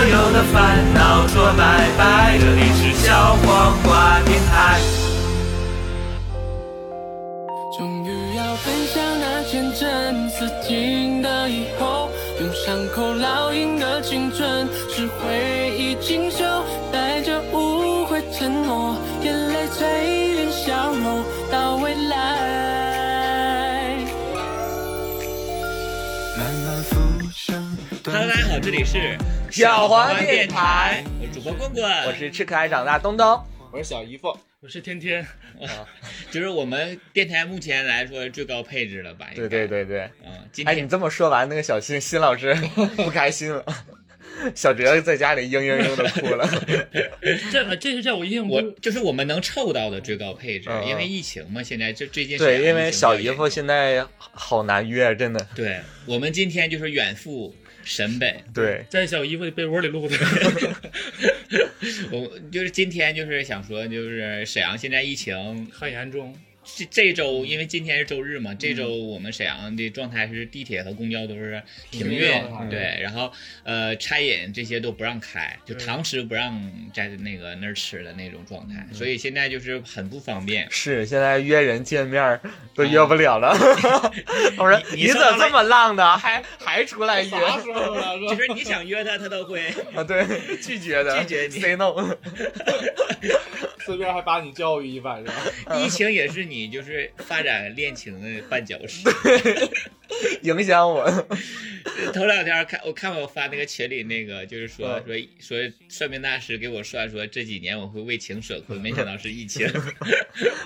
烦恼说拜拜，这里是小黄瓜电台。终于要奔向那前程，死尽的以后，用伤口烙印的青春，是回忆锦绣，带着无悔承诺，眼泪催人笑容到未来。慢慢浮生。 Hello，大家好，这里是小黄黄电台，我是主播棍棍，我是吃可爱长大东东，我是小姨夫，我是天天，就是我们电台目前来说最高配置了吧？应对该对，对对。嗯，今 哎，你天这么说完，那个小新新老师 不开心了，小哲在家里嘤嘤嘤的哭 了。这这是在我印象我中，就是我们能凑到的最高配置，嗯因为疫情嘛，现在这最近沈对，阳因为疫情小比姨较夫严现在好难约，真的。重对我们今天就是远赴沈北，对，在小姨夫的被窝里录的。我就是今天就是想说，就是沈阳现在疫情很严重，嗯这这周，因为今天是周日嘛，这周我们沈阳的状态是地铁和公交都是停运，啊嗯对，然后呃餐饮这些都不让开，就对堂食不让在那个那儿吃的那种状嗯态，所以现在就是很不方便。是现在约人见面儿都约不了 了。我说你嗯你怎么这么浪呢？还还出来约啥时候了？ 就是是你想约他，他都会。啊？对， 拒绝的，拒绝你 say no。随便还把你教育一晚上，疫情也是你就是发展恋情的绊脚石。 影响我。头两天看我看我发那个群里那个，就是说嗯说说算命大师给我算说这几年我会为情所困，没想到是疫 情。嗯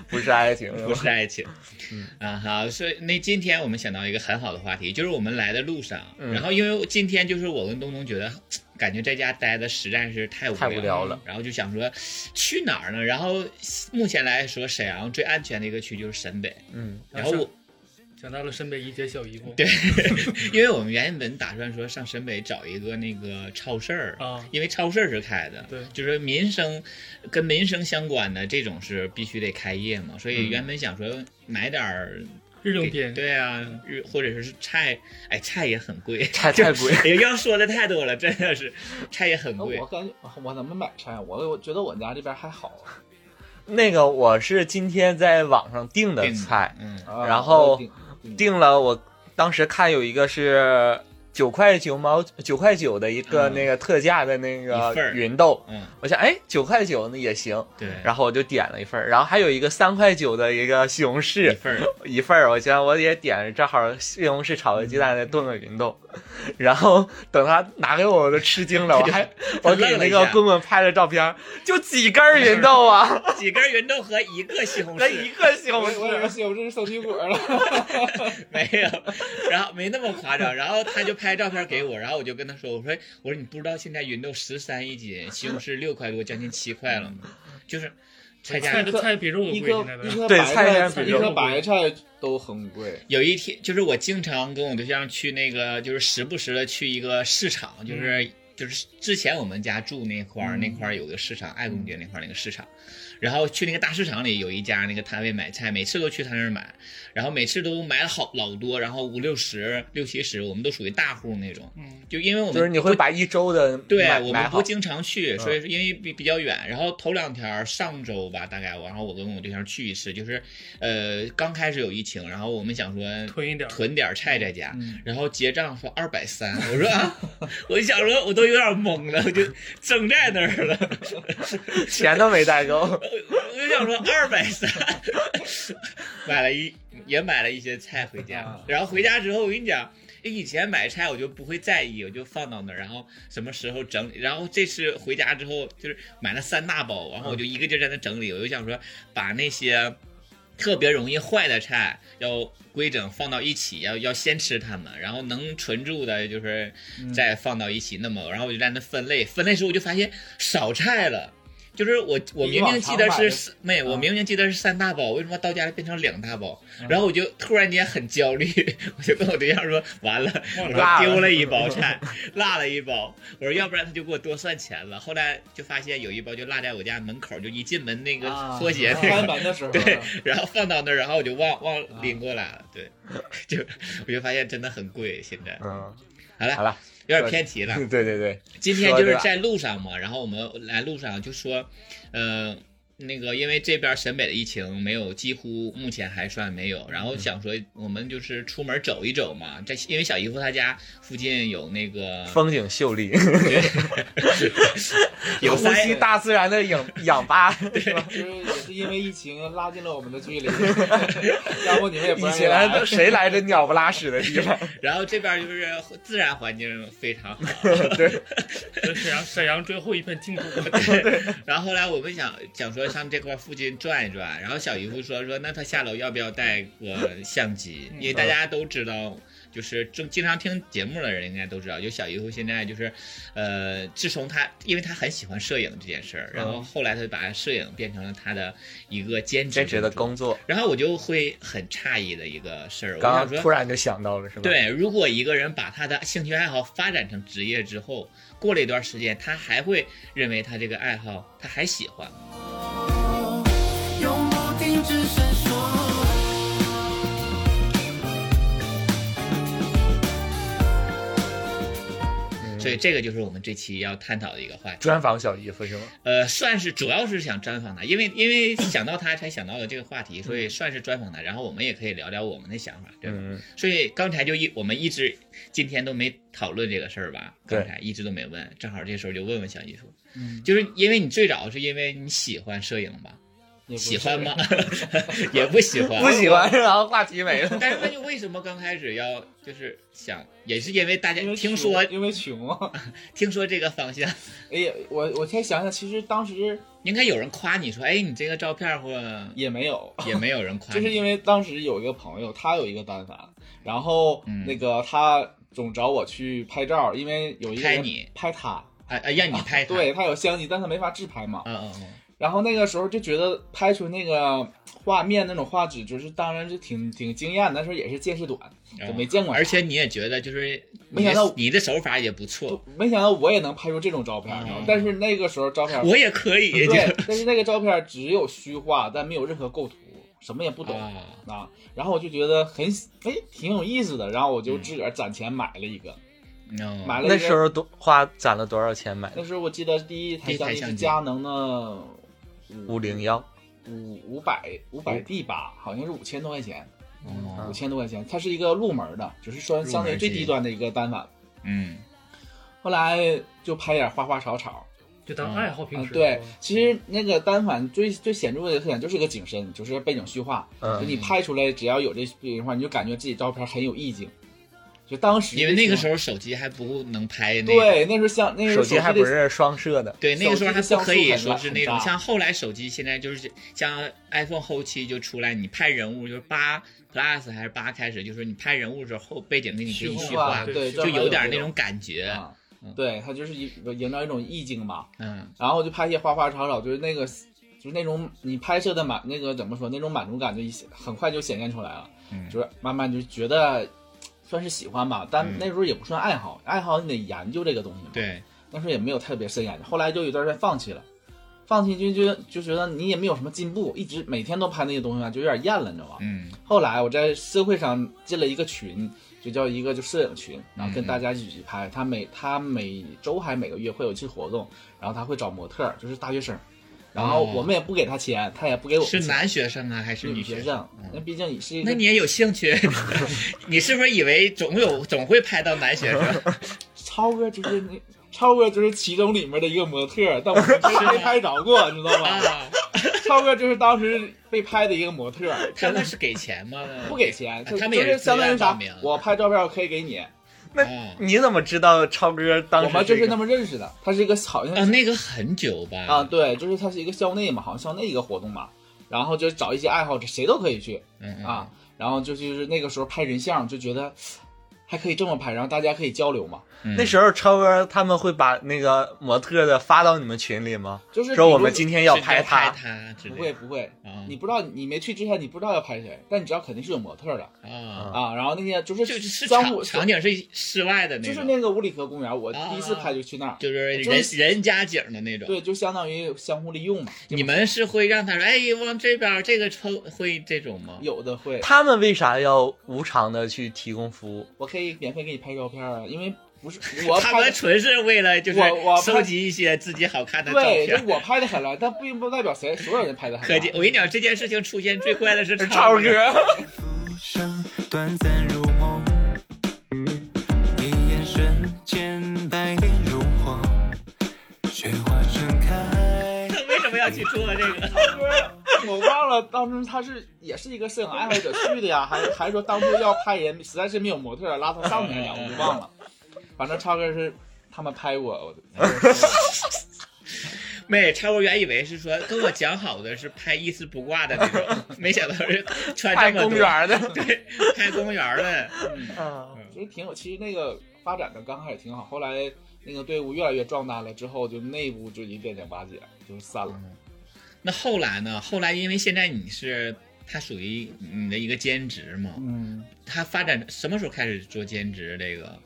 不是爱情，不是爱情。嗯啊，好，所以那今天我们想到一个很好的话题，就是我们来的路上，嗯然后因为今天就是我跟东东觉得。感觉在家待的实在是太无太无聊了，然后就想说去哪儿呢？然后目前来说，沈阳最安全的一个区就是沈北。嗯，然后我想到了身边一姐小姨夫。对，因为我们原本打算说上沈北找一个那个超市儿，啊，因为超市是开的，对就是民生跟民生相关的这种是必须得开业嘛，所以嗯原本想说买点儿日用对品，对啊，日或者是菜，哎，菜也很贵。 太太贵。哎呀，要说的太多了，真的是，菜也很贵我。感觉我怎么买菜？我我觉得我家这边还好， 那个我是今天在网上订的菜，嗯，啊然后顶顶订了我当时看有一个是九块九毛九块九的一个嗯那个特价的那个一份儿芸豆，嗯，我想哎九块九那也行，对，然后我就点了一份儿，然后还有一个三块九的一个西红一柿份儿，一份儿，我想我也点，正好西红柿炒个鸡蛋再炖个 芸豆，然后等他拿给我，我都吃惊了，我 还我给那个棍棍拍了照片儿，就几根儿芸豆 啊，几根芸豆和一个西红那一柿，个西我红我以为柿，西红柿是圣女果了， 没有，然后没那么夸张。然后他就拍照片给我，然后我就跟他说，我说我说你不知道现在芸豆十三一斤，西红柿六块多，将近七块了吗？就是菜价菜的菜比肉都一贵，颗现在一都。颗对白菜菜先比一较颗白菜都很 贵，有一天，就是我经常跟我对象去那个，就是时不时的去一个市场，就是、嗯就是之前我们家住那块儿、那块儿有个市场，爱公街那块儿那个市场，然后去那个大市场里有一家那个摊位买菜，每次都去他那儿买，然后每次都买了好老多，然后五六十、六七十，我们都属于大户那种，嗯，就因为我就是们你会把一周的对买我买们好嗯不。经常去，所以说因为比比较远。然后头两天儿上周吧，大概我然后我跟我对象去一次，就是呃刚开始有疫情，然后我们想说囤一点儿。嗯囤点儿菜在家，然后结账说二百三，我说啊， 我就想说我都有点懵了，我就整在那儿了，钱都没带 够，我就想说二百三，买了一也买了一些菜回家啊，然后回家之后我跟你讲。以前买菜我就不会在意，我就放到那儿，然后什么时候整理。然后这次回家之后，就是买了三大包，然后我嗯就一个劲儿在那整理。我就想说，把那些特别容易坏的菜要规整放到一起，要要先吃它们，然后能存住的就是嗯再放到一起。那么，然后我就在那分类，分类时候我就发现少菜了。就是我，我明明记得以往常买是的四没，我啊明明记得是三大包，为什么到家变成两大包？然后我就突然间很焦虑， 我就跟我对象说，完了，我辣了丢了一包菜， 落了一包。我说要不然他就给我多算钱了。后来就发现有一包就落在我家门口，就一进门那个拖鞋那开个，门的时候，啊对，然后放到那儿，然后 我就忘忘拎过来了。对，就我就发现真的很贵，现在啊嗯，好了，好了，有点偏题了。对对对，今天就是在路上嘛，然后我们来路上就说，呃，那个因为这边沈北的疫情没有，几乎目前还算没嗯有。然后想说我们就是出门走一走嘛，在因为小姨夫他家附近有那个 风景秀丽，有呼三吸大自然的氧氧 吧，就是也是因为疫情拉近了我们的距离， 要不你们 也 不以让人来前谁来这鸟不拉屎的地方？然后这边就是自然环境非常好。 对，这沈阳沈阳最后一片净土， 然后后来我们想想说上这块附近转一转，然后小姨夫说说那他下楼要不要带个相机？嗯因为大家都知道，就是经经常听节目的人应该都知道，就小姨夫现在就是，呃，自从他因为他很喜欢摄影这件事儿，然嗯后后来他就把摄影变成了他的一个兼职兼职的工作。工 作，然后我就会很诧异的一个事儿，我刚想刚说突然就想到了，是吧？，对，如果一个人把他的兴趣爱好发展成职业之后，过了一段时间，他还会认为他这个爱好他还喜欢。永不停止闪烁。所以这个就是我们这期要探讨的一个话题。嗯专访小姨夫是吗？呃，算是主要是想专访他，因为因为想到他才想到了这个话题，所以算是专访他。然后我们也可以聊聊我们的想法，对吧？嗯，所以刚才就一我们一直今天都没讨论这个事儿吧？对刚才一直都没问，正好这时候就问问小艺术，嗯就是因为你最早是因为你喜欢摄影吧？也不是喜欢 吗？也不喜欢，不喜欢，然后话题没了。 但是那就为什么刚开始要就是想，也是因为大家因为听穷说因为穷啊。听说这个方向，哎呀，我我先想想，其实当时应该有人夸你说，哎，你这个照片或 也没有，也没有人夸就是你，因为当时有一个朋友，他有一个单反，然后嗯那个他总找我去拍照，因为有一个拍人你拍他，啊啊，让你拍他，对他有相机，但他没法自拍嘛。嗯，嗯嗯，然后那个时候就觉得拍出那个画面那种画质，就是当然是挺挺惊艳，但是也是见识短，就没见过。而且你也觉得就是没你的想到你的手法也不错，没想到我也能拍出这种照片，嗯但是那个时候照片我也可以，就对，但是那个照片只有虚化，但没有任何构图，什么也不懂。啊，啊，然后我就觉得很哎挺有意思的，然后我就自个儿攒钱买了一个，嗯买了一个 那时候多花攒了多少钱买的那？时候我记得第一第台一台相机相是机佳能的五零幺，五五百五百 D 吧，好像是五千多块钱，哦嗯五千多块钱，它是一个入门的，就是说相入对门最级低端的一个单反。嗯，后来就拍点花花草草，就当爱好平啊嗯，时。对，其实那个单反最最显著的特点就是个景深，就是背景虚化，就嗯，你拍出来只要有这背景化，你就感觉自己照片很有意境。就当时因为那个时候，候手机还不能拍那个。对，那时候像那时手候机还的不是双摄的，对，那个时候还不可以说是那手机的像素很种大像后来手机现在就是像 iPhone 后期就出来，你拍人物就是八 Plus 还是八开始，就是你拍人物的时候后背景给你给虚你化虚化，化，对对，就就专门有点那这种感觉。啊，对，它就是一营造一种意境吧。嗯，然后就拍一些花花草草，就是那个就是那种你拍摄的满那个怎么说那种满足感就一很快就显现出来了，嗯就是慢慢就觉得算是喜欢吧，但那时候也不算爱好，爱好你得研究这个东西嘛，嗯对，那时候也没有特别深研究，后来就有一段时间放弃了。放弃就就就觉得你也没有什么进步，一直每天都拍那些东西啊，就有点厌了，你知道吧？嗯后来我在社会上进了一个群，就叫一个就摄影群，然后跟大家一起去拍。他每他每周还每个月会有一次活动，然后他会找模特儿，就是大学生，然后哦我们也不给他钱，他也不给我们是钱。男学生啊还是女女学生？生，那毕竟你是一那个你也有兴趣？ 你是不是以为总有总会拍到男 学生？超哥，就是那超哥就是其中里面的一个模特儿，但我们没拍着过，你知道吗？ 啊，超哥就是当时被拍的一个模特儿，他们是给钱吗？ 不给钱，就嗯他们就也是是相当于自愿报啥名？我拍照片我可以给你，那啊你怎么知道超哥当我时们就是个那么认识的。他是一个好像啊，那个很久吧？啊，，对，就是它是一个校内嘛，好像校内一个活动嘛，然后就找一些爱好者，谁都可以去嗯啊，。然后就就是那个时候拍人像，就觉得还可以这么拍，然后大家可以交流嘛。嗯那时候超哥他们会把那个模特的发到你们群里吗？就是说比我如们今天要是拍拍他，他之不类会的不会，啊你不知道你没去之前你不知道要拍谁，但你知道肯定是有模特的啊。啊。然后那些就是就是是相互场场景是室外的就那是种，那个五里河公园，我第一次啊拍就去那儿，就是就人是人家景的那种。对，就相当于相互利用嘛。你们是会让他说，哎，往这边这个抽会这种吗？有的会，他们为啥要无偿的去提供服务？我可以免费给你拍照片啊，因为 不是我他拍们的，纯是为了就是我我拍收集一些自己好看的照对，片就。我拍的很烂，但并不代表谁所有人拍的很可 见，我烂。跟你讲，这件事情出现最快的是超哥，哥，浮生短暂如梦，一眼瞬间百炼如火，雪花盛开。他 为什么要去做这个？ 我忘了当时他是也是一个摄影爱好者去的呀，还还是说当初要拍人，实在是没有模特拉他上面呀，我就忘了。反正超哥是他们拍我， 我没，超哥原以为是说跟我讲好的是拍一丝不挂的那种，没想到是穿拍这么多 公园的，对，拍公园的。嗯就是挺有，其实那个发展的刚开始挺好，后来那个队伍越来越壮大了之后，就内部就已经变成瓦解，就是散了。那后来呢？后来因为现在你是它属于你的一个兼职嘛，嗯，它发展什么时候开始做兼职这个？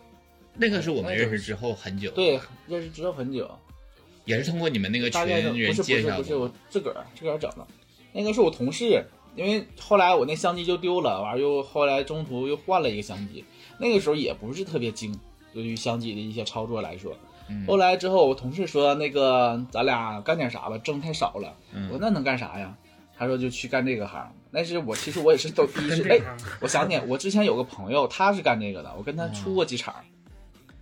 那个是我们认识之后很久，对，，认识之后很久，也是通过你们那个大群概就人不是不介是绍不是的。我自个儿自个儿整的，那个是我同事，因为后来我那相机就丢了，完又后来中途又换了一个相机，那个时候也不是特别精，对于相机的一些操作来说。嗯后来之后，我同事说那个咱俩干点啥吧，挣太少了。我嗯，说那能干啥呀？他说就去干这个行。但是我其实我也是 都第一跟是这哎个，行我想起来我之前有个朋友，他是干这个的，我跟他哦出过几场，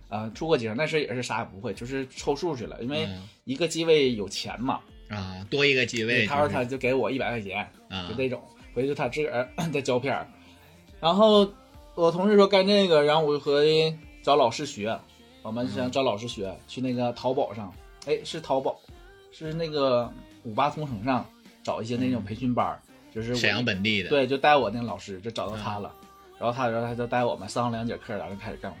啊、出过几场，那时候也是啥也不会，就是凑数去了，因为嗯一个机位有钱嘛，啊，多一个机位，他说就是他就给我一百块钱，啊就，那种，回去就他自个儿在胶片儿。然后我同事说干这个，然后我就和找老师学，我们嗯想找老师学，去那个淘宝上，哎，是淘宝，是那个五八同城上找一些那种培训班儿，就是我嗯沈阳本地的，啊对，就带我那个老师，就找到他了。然后他，然后他就带我们上了两节课，然后就开始干活，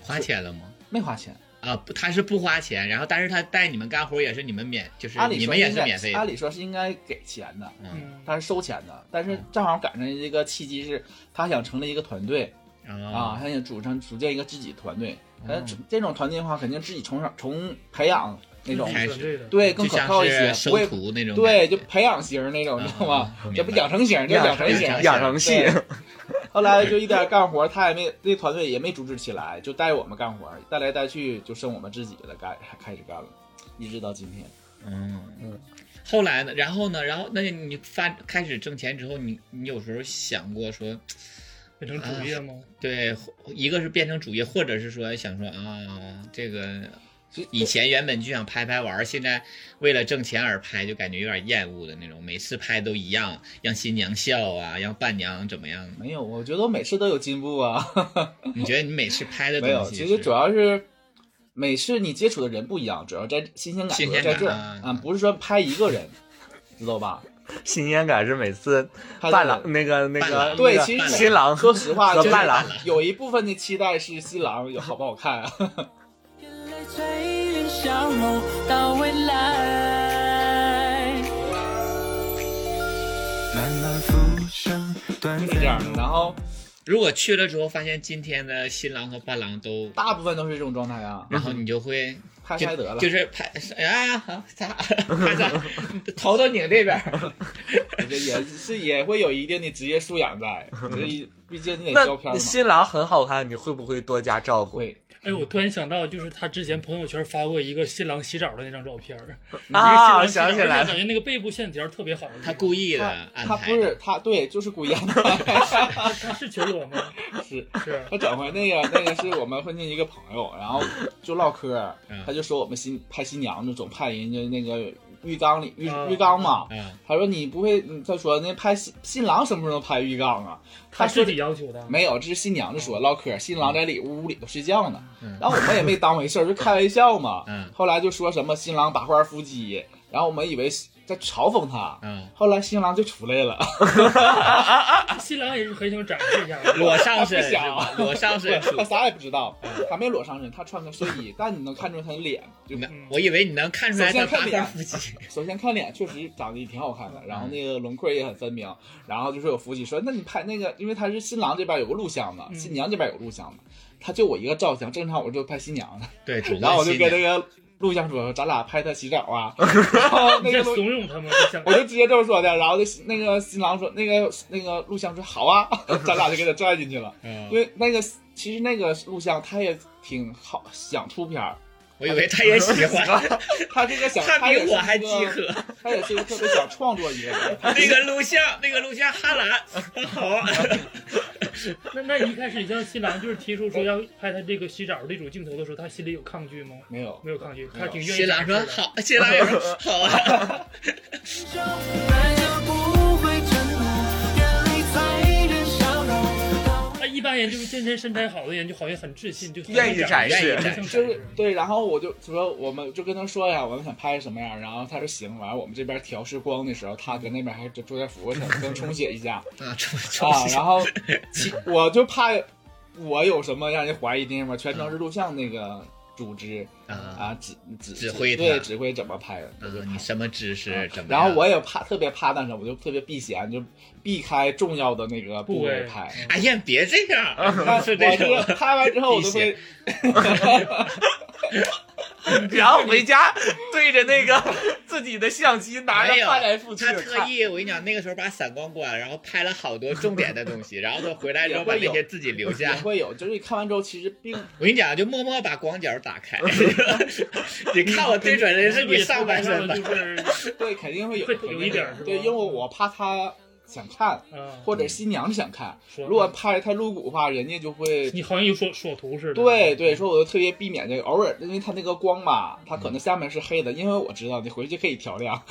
花钱了吗？没花钱。啊，不，他是不花钱，然后但是他带你们干活也是你们免，就是按理你说们也应是该免费，按的，理说是应该给钱的，嗯，嗯，他是收钱的。但是正好赶上一个契机，是他想成立一个团队，啊，啊，他也组成组建一个自己团队。呃嗯，这种团队的话，肯定自己从上从培养那种，开始始对就更可像靠一是些，收不会徒那种感觉，对就培养型那种，你知道吗嗯？这不养成型，就养成型。养成系， 后来就一点干活，他也没那团队也没组织起来，就带我们干活，带来带去，就剩我们自己了，干开始干了，一直到今天。嗯，后来呢？然后呢？然后那你发开始挣钱之后，你你有时候想过说，变成主业吗？对，一个是变成主业，或者是说想说啊，这个其实以前原本就想拍拍玩儿，现在为了挣钱而拍，就感觉有点厌恶的那种，每次拍都一样，让新娘笑啊，让伴娘怎么样？ 没有，我觉得我每次都有进步啊。你觉得你每次拍的没有，东西其实是主要是每次你接触的人不一样，主要在新鲜感新主鲜要感在这儿啊啊，不是说拍一个人，知道吧？ 新鲜感是每次拍伴了郎那个那伴个郎对那个其实新郎说实话，和就是伴郎有一部分的期待是新郎有好不好看啊？眼泪催人笑容到未来。慢慢浮生，短就是暂这样的。然后如果去了之后发现今天的新郎和伴郎都，大部分都是这种状态啊，然后你就会。拍就拍得了嗯就。是拍啊，好，咋 看咋，头都拧这边儿，我觉得也是也会有一定的职业素 养在，所以毕竟你得胶片那嘛。新郎很好看，你会不会多加照顾？会哎，我突然想到，就是他之前朋友圈发过一个新郎洗澡的那张照片儿啊，我新郎想洗起澡来而且了，感觉那个背部线条特别好。他故意的他安他排不的。是他对，就是故意安 排，他是全裸吗？ 是。 是，他转回那个那个是我们婚庆一个朋友，然后就唠嗑嗯，他就说我们新拍新娘就总派人家那个浴缸里浴嗯浴缸嘛，嗯，他说你不会，嗯他说那拍新新郎什么时候拍浴缸啊？他说自己要求的。没有，这是新娘子说唠嗑，新郎在里屋屋里头睡觉呢嗯。然后我们也没当回事儿，就开玩笑嘛嗯。后来就说什么新郎拔罐腹肌，然后我们以为在嘲讽他。嗯后来新郎就出来了，啊新郎也是很想展示一下的。裸上身他不是想吧？裸上 身出嗯他。啥也不知道，他没裸上身，他穿个睡衣，但你能看出他的脸。就那我以为你能看出来他八块腹肌， 首先看脸，确实长得也挺好看的，嗯然后那个轮廓也很分明，然后就是有腹肌。说那你拍那个，因为他是新郎这边有个录像的，嗯新娘这边有录像的，他就我一个照相，正常我就拍新娘的。对，主然后我就跟那个个录像说，咱俩拍他洗澡 啊。然后你那在个怂录，恿他吗？就想我就直接这么说的。然后那那嗯 个新郎说，那个那个录像说好啊，咱俩就给他拽进去了。因为那个其实那个录像他也挺好，想出片儿，我以为他也喜欢，他这个 想，他也比是我还一饥个渴。他也是一个特别想创作一 个人。那个录像，那个录像哈兰，好，啊那那一开始你像新郎就是提出说要拍他这个洗澡这组镜头的时候，他心里有抗拒吗？没有，没有抗拒，他挺愿意。新郎说，好，新郎 也说好啊。爱就不会沉默，眼泪才忍笑容。那一般人就是健身身材好的人，就好像很自信，就很愿意展愿意，示展示就是对，然后我就说我们就跟他说呀，我们想拍什么样，然后他说行，完了我们这边调试光的时候，他搁那边还就做点俯卧撑，跟充血一下啊，重 重啊，新然后其我就怕我有什么让人怀疑的地方，全程是录像那个组织啊，啊指指指挥对他指挥怎么拍的，我就嗯怕你什么姿势？怎么样？啊然后我也怕特别怕那什么，我就特别避嫌，就避开重要的那个部部位位拍。哎呀，别这 样，是我这这个种。拍完之后，我都会避 然后回家对着那个自己的相机拿哎着没有翻来覆去他特看。意，我跟你讲，那个时候把闪光关，然后拍了好多重点的东西，然后他回来之后把那些自己留也下。会有，就是你看完之后，其实并我跟你讲，就默默把广角打开。 你看我对准的是你上半身的嗯就，是对，肯定会有会肯定有会一点儿是吧对，因为我怕他想看，啊，或者新娘想看。说如果拍太露骨的话，人家就会嗯你好像有所所图似的。对对，说我就特别避免这个。偶尔因为他那个光吧，他可能下面是黑的，因为我知道你回去可以调亮，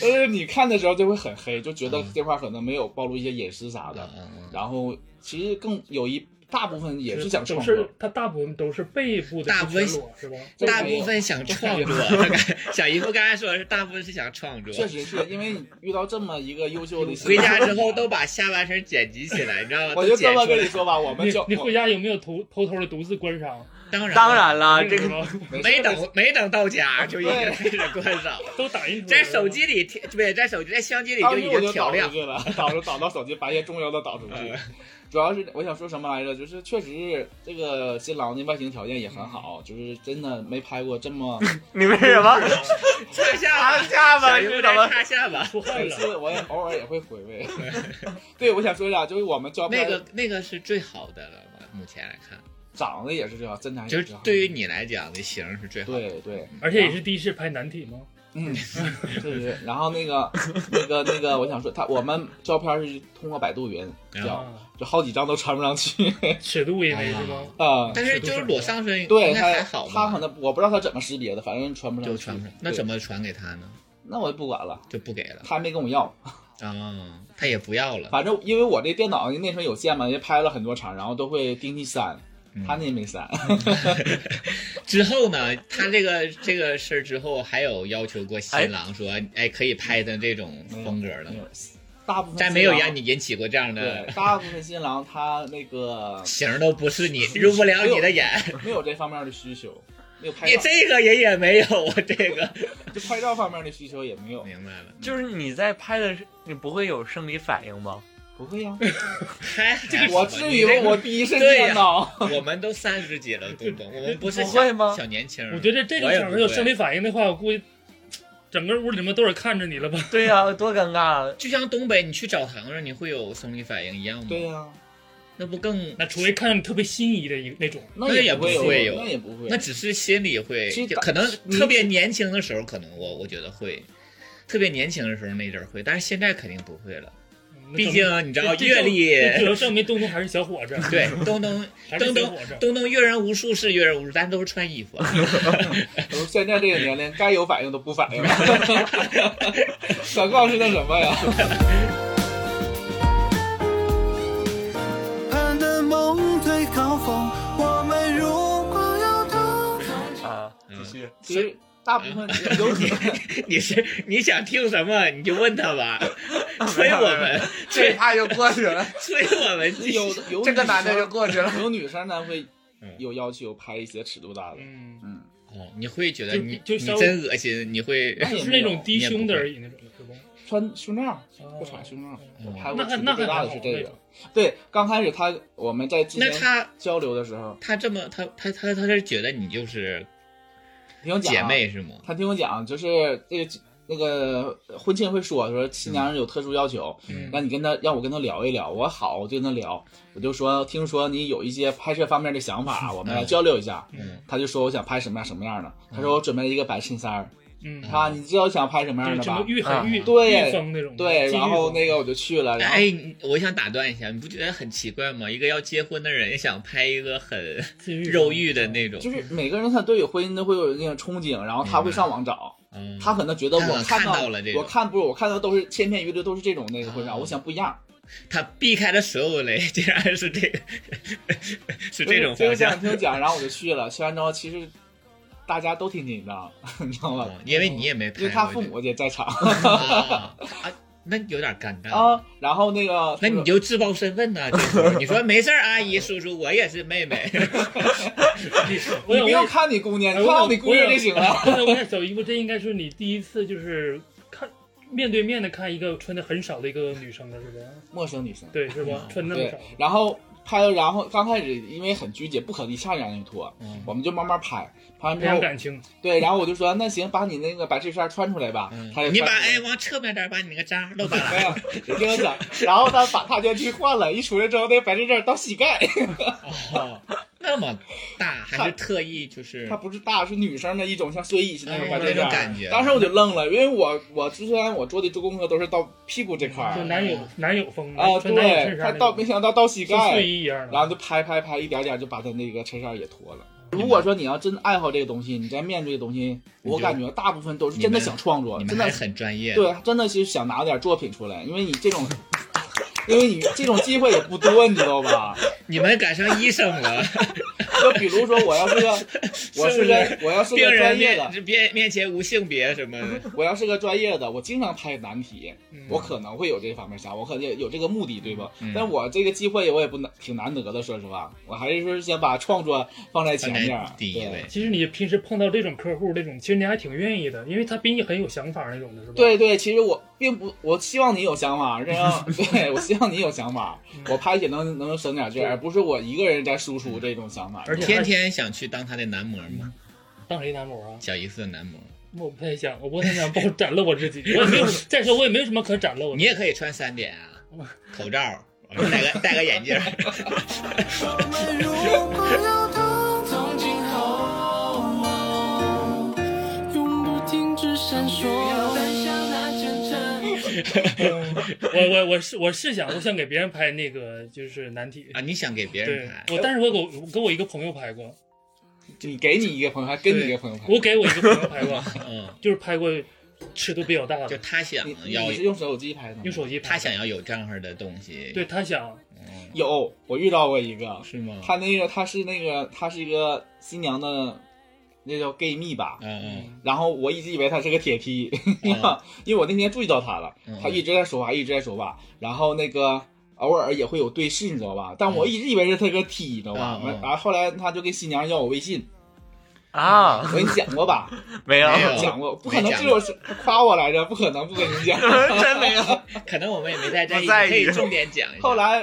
但是你看的时候就会很黑，就觉得这块儿可能没有暴露一些隐私啥嗯的。然后其实更有一大部分也是想都创是作，他大部分都是背部的大部分全裸是吧？这大没有部分想创作。 小姨夫刚才说的是，大部分是想创作。确实是因为你遇到这么一个优秀的回家之后都把下半身剪辑起来，你知 道吗？我就都剪这么出跟你来。说 吧，我们你就你回家有没有偷偷偷的独自观赏？当然，当，然了，这是个吧没等没等到家就已经对开始观赏了。都打印出来在了手机里贴，不对，在手机在相机里当就时已我经就调导亮嗯出。去了， 导出导到手机，把一些重要的导出去。主要是我想说什么来着，就是确实这个新郎的外形条件也很好，就是真的没拍过 这么。你为什么擦下拿巴，下巴啊小是鱼怎在么？擦下巴。出汗每了，次我也偶尔也会回味。 对，我想说一下，就是我们照那片个那个是最好的了吧？目前来看，长得也是这样，身材就也是这样对于你来讲的型儿是最好的。对 对，而且也是第一次拍男体吗？嗯，对对。然后那个那个那个，我想说他我们照片是通过百度云啊调，啊，就好几张都传不上去 尺度因为是吗？啊。但是就是裸上身，对应该他还好他吧？可能我不知道他怎么识别的，反正传不上就去。传不上，对那怎么传给他呢？那我就不管了，就不给了 他还没跟我要。啊，他也不要了。反正因为我这电脑内存有限嘛，也拍了很多场，然后都会定期删。嗯他那也 没删，之后呢，他这个这个事儿之后，还有要求过新郎说，哎，可以拍的这种风格了吗？没有大部分但没有新郎让你引起过这样的对，大部分新郎他 那个型儿都不是你入不了你的眼，没有这方面的需求，没有拍你照，这个人也没有，我这个就拍照方面的需求也没有，明白了，就是你在拍的时候，你不会有生理反应吗？不会呀，还还我至于你这吗？个我第一瞬间呢， 我们都三十几了，东 东，我们不是不小会吗小年轻儿，我觉得这种我也场合不有会生理反应的话，我估计整个屋里面都得看着你了吧？ 对呀、多尴尬啊！就像东北，你去澡堂上你会有生理反应一样吗？对，呀，那不更那除非看着你特别心仪的一那种，那也不会不会有那也不会，那只是心里会其，实就打可能你特别年轻的时候，可能我我觉得会。特别年轻的时候那阵儿会，但是现在肯定不会了。嗯那毕证竟啊明你知道这阅证历，这主要证明东东还是小伙子，对 东东还是东小东伙子。东东阅人无数是阅人无数，但都是穿衣 服。 我说现在这个年龄该有反应都不反应了， 何况是那什么呀？盼的梦最高峰，我们如果要到。啊，继续。其实大部分有几个你是你想听什么你就问他 吧，催我们，这一趴就过去了，催我们继续。 有有这个男的女就生过去了。有女生呢会嗯有要求拍一些尺度大的，嗯，嗯，哦，你会觉得就你就你稍微真恶心，你会那也是没那有种低胸的而已那种，是不？穿胸罩，哦不穿胸罩。我嗯拍过那尺还度那最还大好的是这那个种，对，刚开始他我们在之那前他交流的时候，他这么他他他他是觉得你就是听我讲姐啊，妹是吗？他听我讲，就是这个那个婚庆会说说新娘有特殊要求，嗯那你跟他让我跟他聊一聊，我好我就跟他聊，我就说听说你有一些拍摄方面的想法，啊我们来交流一下。嗯他就说我想拍什么样什么样的，他说我准备了一个白衬衫儿，嗯，啊，你知道我想拍什么样就是的吧什么？玉啊很玉对玉风那种的，对，金玉然后风那个我就去了，然后哎，你我想打断一下，你不觉得很奇怪吗？一个要结婚的人想拍一个很金玉风肉欲 的那种，就是每个人他对婚姻都会有那种憧憬，然后他会上网找，嗯他可能觉得我看到到了这种我看不是我看到都是千篇一律的，都是这种那个婚纱，啊我想不一样，他避开了所有雷，竟然是这个， 是这种听方我讲向。听我讲，然后我就去了，去完之后其实大家都挺紧张， 你知道吗？哦因为你也没拍过因为这个，他父母也在场啊，啊那有点尴尬。啊，然后那个那你就自曝身份呐、这时候你说没事儿，阿姨叔叔，我也是妹妹。我你想不问用看你姑娘，哎你看好你姑娘就行 了。我想问一下小姨夫，这应该是你第一次就是看面对面的看一个穿的很少的一个女生了，是吧？陌生女生，对，是嗯吧？穿那么对少，，然后拍了，然后刚开始因为很拘谨，不可能一下让人脱，嗯啊我们就慢慢拍，拍完培之养后感情，对，然后我就说那行，把你那个白衬衫穿出来吧。他就你把穿出来哎哎往侧面点，把你那个渣露出没 来。有，你听我讲。然后他把他就去换了，一出来之后，那白衬衫到膝 盖，哦， 那么大，还是特意就是它不是大，是女生的一种像睡衣似的那种白那衬种衫。感觉。当时我就愣了，因为我我之前我做的做功课都是到屁股这块就儿男友男友风啊，穿男友衬对，他衫到没想到到膝像盖睡，衣一样然后的。就拍拍拍，一点点就把他那个衬衫也脱了。如果说你要真爱好这个东西，你在面对这个东西，你就我感觉大部分都是真的想创作，你真们的还很专业。对，真的是想拿点作品出来，因为你这种， 因为你这种机会也不多，你知道吧？你们赶上医生 了，就比如说我要 是个，我是不是是个，我要是病个人专业面的，是面面前无性别什 么的。我要是个专业的，我经常拍难题，嗯我可能会有这方面啥，我可能有这个目的，对吧嗯？但我这个机会我也不难，挺难得的，说实话，我还是说先把创作放在前面放在，第一对位。其实你平时碰到这种客户，这种其实你还挺愿意的，因为他比你很有想法那种的，是吧？，对对，其实我并不，我希望你有想法，这 样对我希望你有想法，嗯我拍也能能省点劲儿，而不是我一个人在输出这种想法。而且天天想去当他的男模吗？当谁男模啊？小姨夫的男模，我不太想，我不太想暴展露我自己。我也没 有，再说我也没有什么可展露的。你也可以穿三点啊，口罩，戴个戴个眼 镜。我们如果要当从今后永不停止闪烁。要奔向那前程，我我我是我是想，我想给别人拍那个就是难题。啊，你想给别对人拍，？我但是我给我跟我一个朋友拍过，你给你一个朋友，还跟你一个朋友拍，我给我一个朋友拍过，嗯，就是拍过尺度比较大就的，他想你要你是用手机拍的吗？用手机拍。他想，要有这样的东西，对，他想，有，我遇到过一嗯个，是吗？他那个他是那个他是一个新娘的，那叫 gay 蜜吧。嗯然后我一直以为他是个铁皮，嗯 因为我那天注意到他了嗯，他一直在说话，一直在说话。然后那个偶尔也会有对视，你知道吧？但我一直以为是他个 T，你知道吧？嗯嗯嗯然后后来他就跟新娘要我微信，我啊，跟你讲过吧？没有，没有 讲过，不可嗯能没讲只过有是他夸我来着，不可能不跟你 讲。真没有。嗯，可能我们也没太在意，不在意可以重点讲一下。后来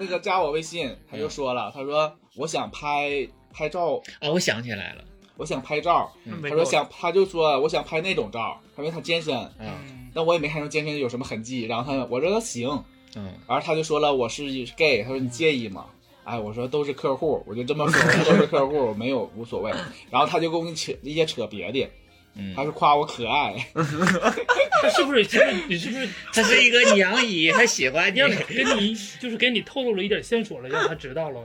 那个加我微信，他嗯就说了，他说我想拍拍照，哦，我想起来了，我想拍照。没他有说想，他就说我想拍那种照，他说他健身，嗯但我也没看出健身有什么痕迹。然后他我说那行，嗯，然后他就说了我是 gay，他说你介意吗？哎，我说都是客户，我就这么说，我说都是客户，我没有无所谓。然后他就跟我扯一些扯别的，嗯他是夸我可爱，他是不是？其实你是不是他是一个娘姨，他喜欢你让，给你就是给你透露了一点线索了，让他知道了？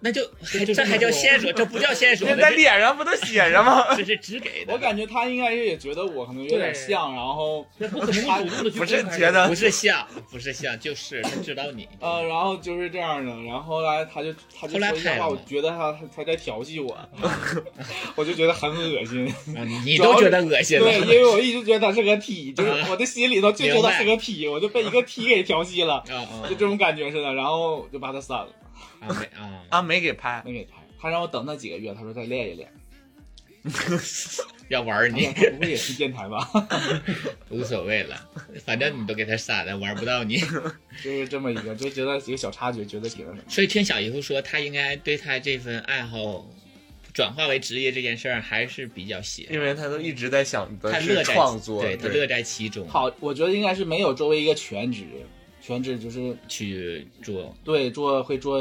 那就还这还叫线索？这不叫线索，那在这是脸上不都写着吗？这是只给的。我感觉他应该是也觉得我可能有点对像，然后那不可能会主动的去不是公开觉得不是像，不是像，就是他知道你。呃，然后就是这样的，然后后来他就他就后来说一些拍话，了我吗觉得他他他在调戏我， 我就觉得很恶心。啊你都觉得恶心对，因了。为我一直觉得他是个 T，就是我的心里头就觉得他是个 T，我就被一个 T 给调戏了，啊啊就这种感觉似的，然后我就把他删了，啊没啊！啊，没给拍，没给他。他让我等他几个月，他说再练一练。要玩哎呀你，他不会也是电台吧？无所谓了，反正你都给他删了，玩不到你。 就是这么一个，就觉得一个小插曲，觉得挺那什么。所以听小姨夫说，他应该对他这份爱好转化为职业这件事儿还是比较邪，因为他都一直在想他乐的是在创作，对他乐在其中好，我觉得应该是没有作为一个全职，全职就是去做，对做会做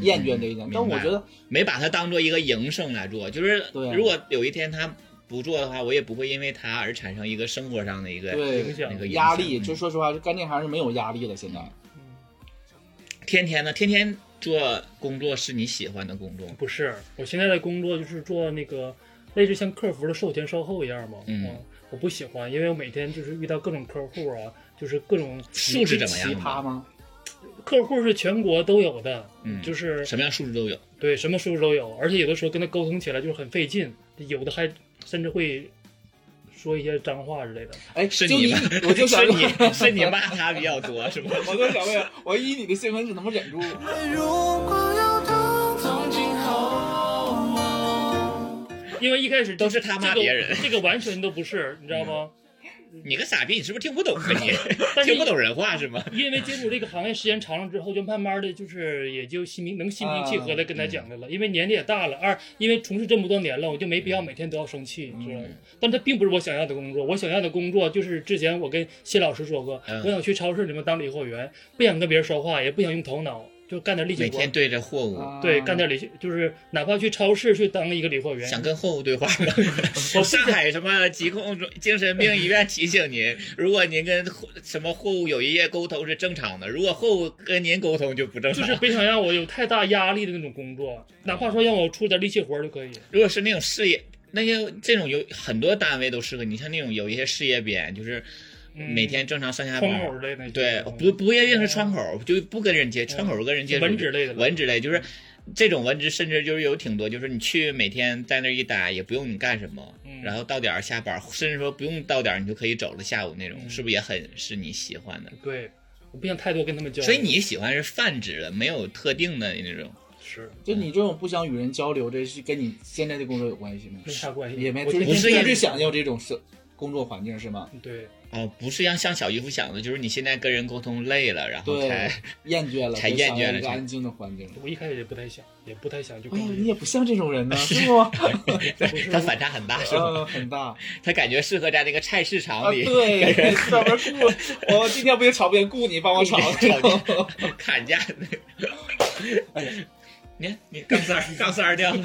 厌倦这一点，嗯但我觉得没把它当做一个营生来做。就是对啊如果有一天他不做的话，我也不会因为他而产生一个生活上的一个影对响那个影压响力，嗯就说实话，就干这行是没有压力的。现在天天呢，天天做工作是你喜欢的工作，不是，我现在的工作就是做那个类似像客服的售前售后一样嘛。啊嗯我不喜欢，因为我每天就是遇到各种客户啊，就是各种素质怎么奇样葩呢？吗？客户是全国都有的，嗯就是什么样素质都有。对什么素质都有，而且有的时候跟他沟通起来就是很费劲，有的还甚至会说一些脏话之类的。哎，是就你你吧，我就想是你是你骂他比较多是吧？我就想问，我以你的身份只能忍住。如果要等从今后，因为一开始都是他骂这个别人这个完全都不是，你知道吗？你个傻逼，你是不是听不懂啊？ 你但是听不懂人话是吗？ 因为接触这个行业时间长了之后，就慢慢的就是也就心平能心平气和的跟他嗯讲的了。因为年纪也大了，二因为从事这么多年了，我就没必要每天都要生气，知嗯道吗？但这并不是我想要的工作。我想要的工作就是之前我跟谢老师说过，嗯我想去超市里面当理货员，不想跟别人说话，也不想用头脑，就干点力气每活。天对着货物，对，啊干点理，就是哪怕去超市去当一个理货员，想跟货物对话 吗？上海什么疾控中精神病医院提醒您，如果您跟货什么货物有一夜沟通是正常的，如果货物跟您沟通就不正就常。是别想让我有太大压力的那种工作，哪怕说让我出点力气活儿就可以。如果是那种事业，那些这种有很多单位都适合你，像那种有一些事业编，就是嗯每天正常上下班窗儿。口之类的那些，对，嗯哦不不一定是窗口，就不跟人接，窗口跟人接触文职类的吧文职类就是这种文职，甚至就是有挺多，就是你去每天在那儿一待，也不用你干什么，嗯然后到点儿下班，甚至说不用到点儿你就可以走了，下午那种，嗯是不是也很是你喜欢的？对，我不想太多跟他们交流。所以你喜欢是泛指的，没有特定的那种。是就你这种不想与人交流，这是跟你现在的工作有关系吗？没啥关系，也没，我就是就你不是嗯是就也是想要这种是工作环境是吗？对，哦，不是像像小姨夫想的，就是你现在跟人沟通累了，然后对才，厌倦了，才就厌想倦要了一个才安静的环境。我一开始也不太想，也不太想就哎跟哦呀，你你也不像这种人呢，是不？不 是他反差很大，是吧？嗯，很大他感觉适合在那个菜市啊，场里对，专门雇我今天不行炒不赢，雇你帮我炒。 砍价 的。哎你看，你杠三儿，杠三儿掉了，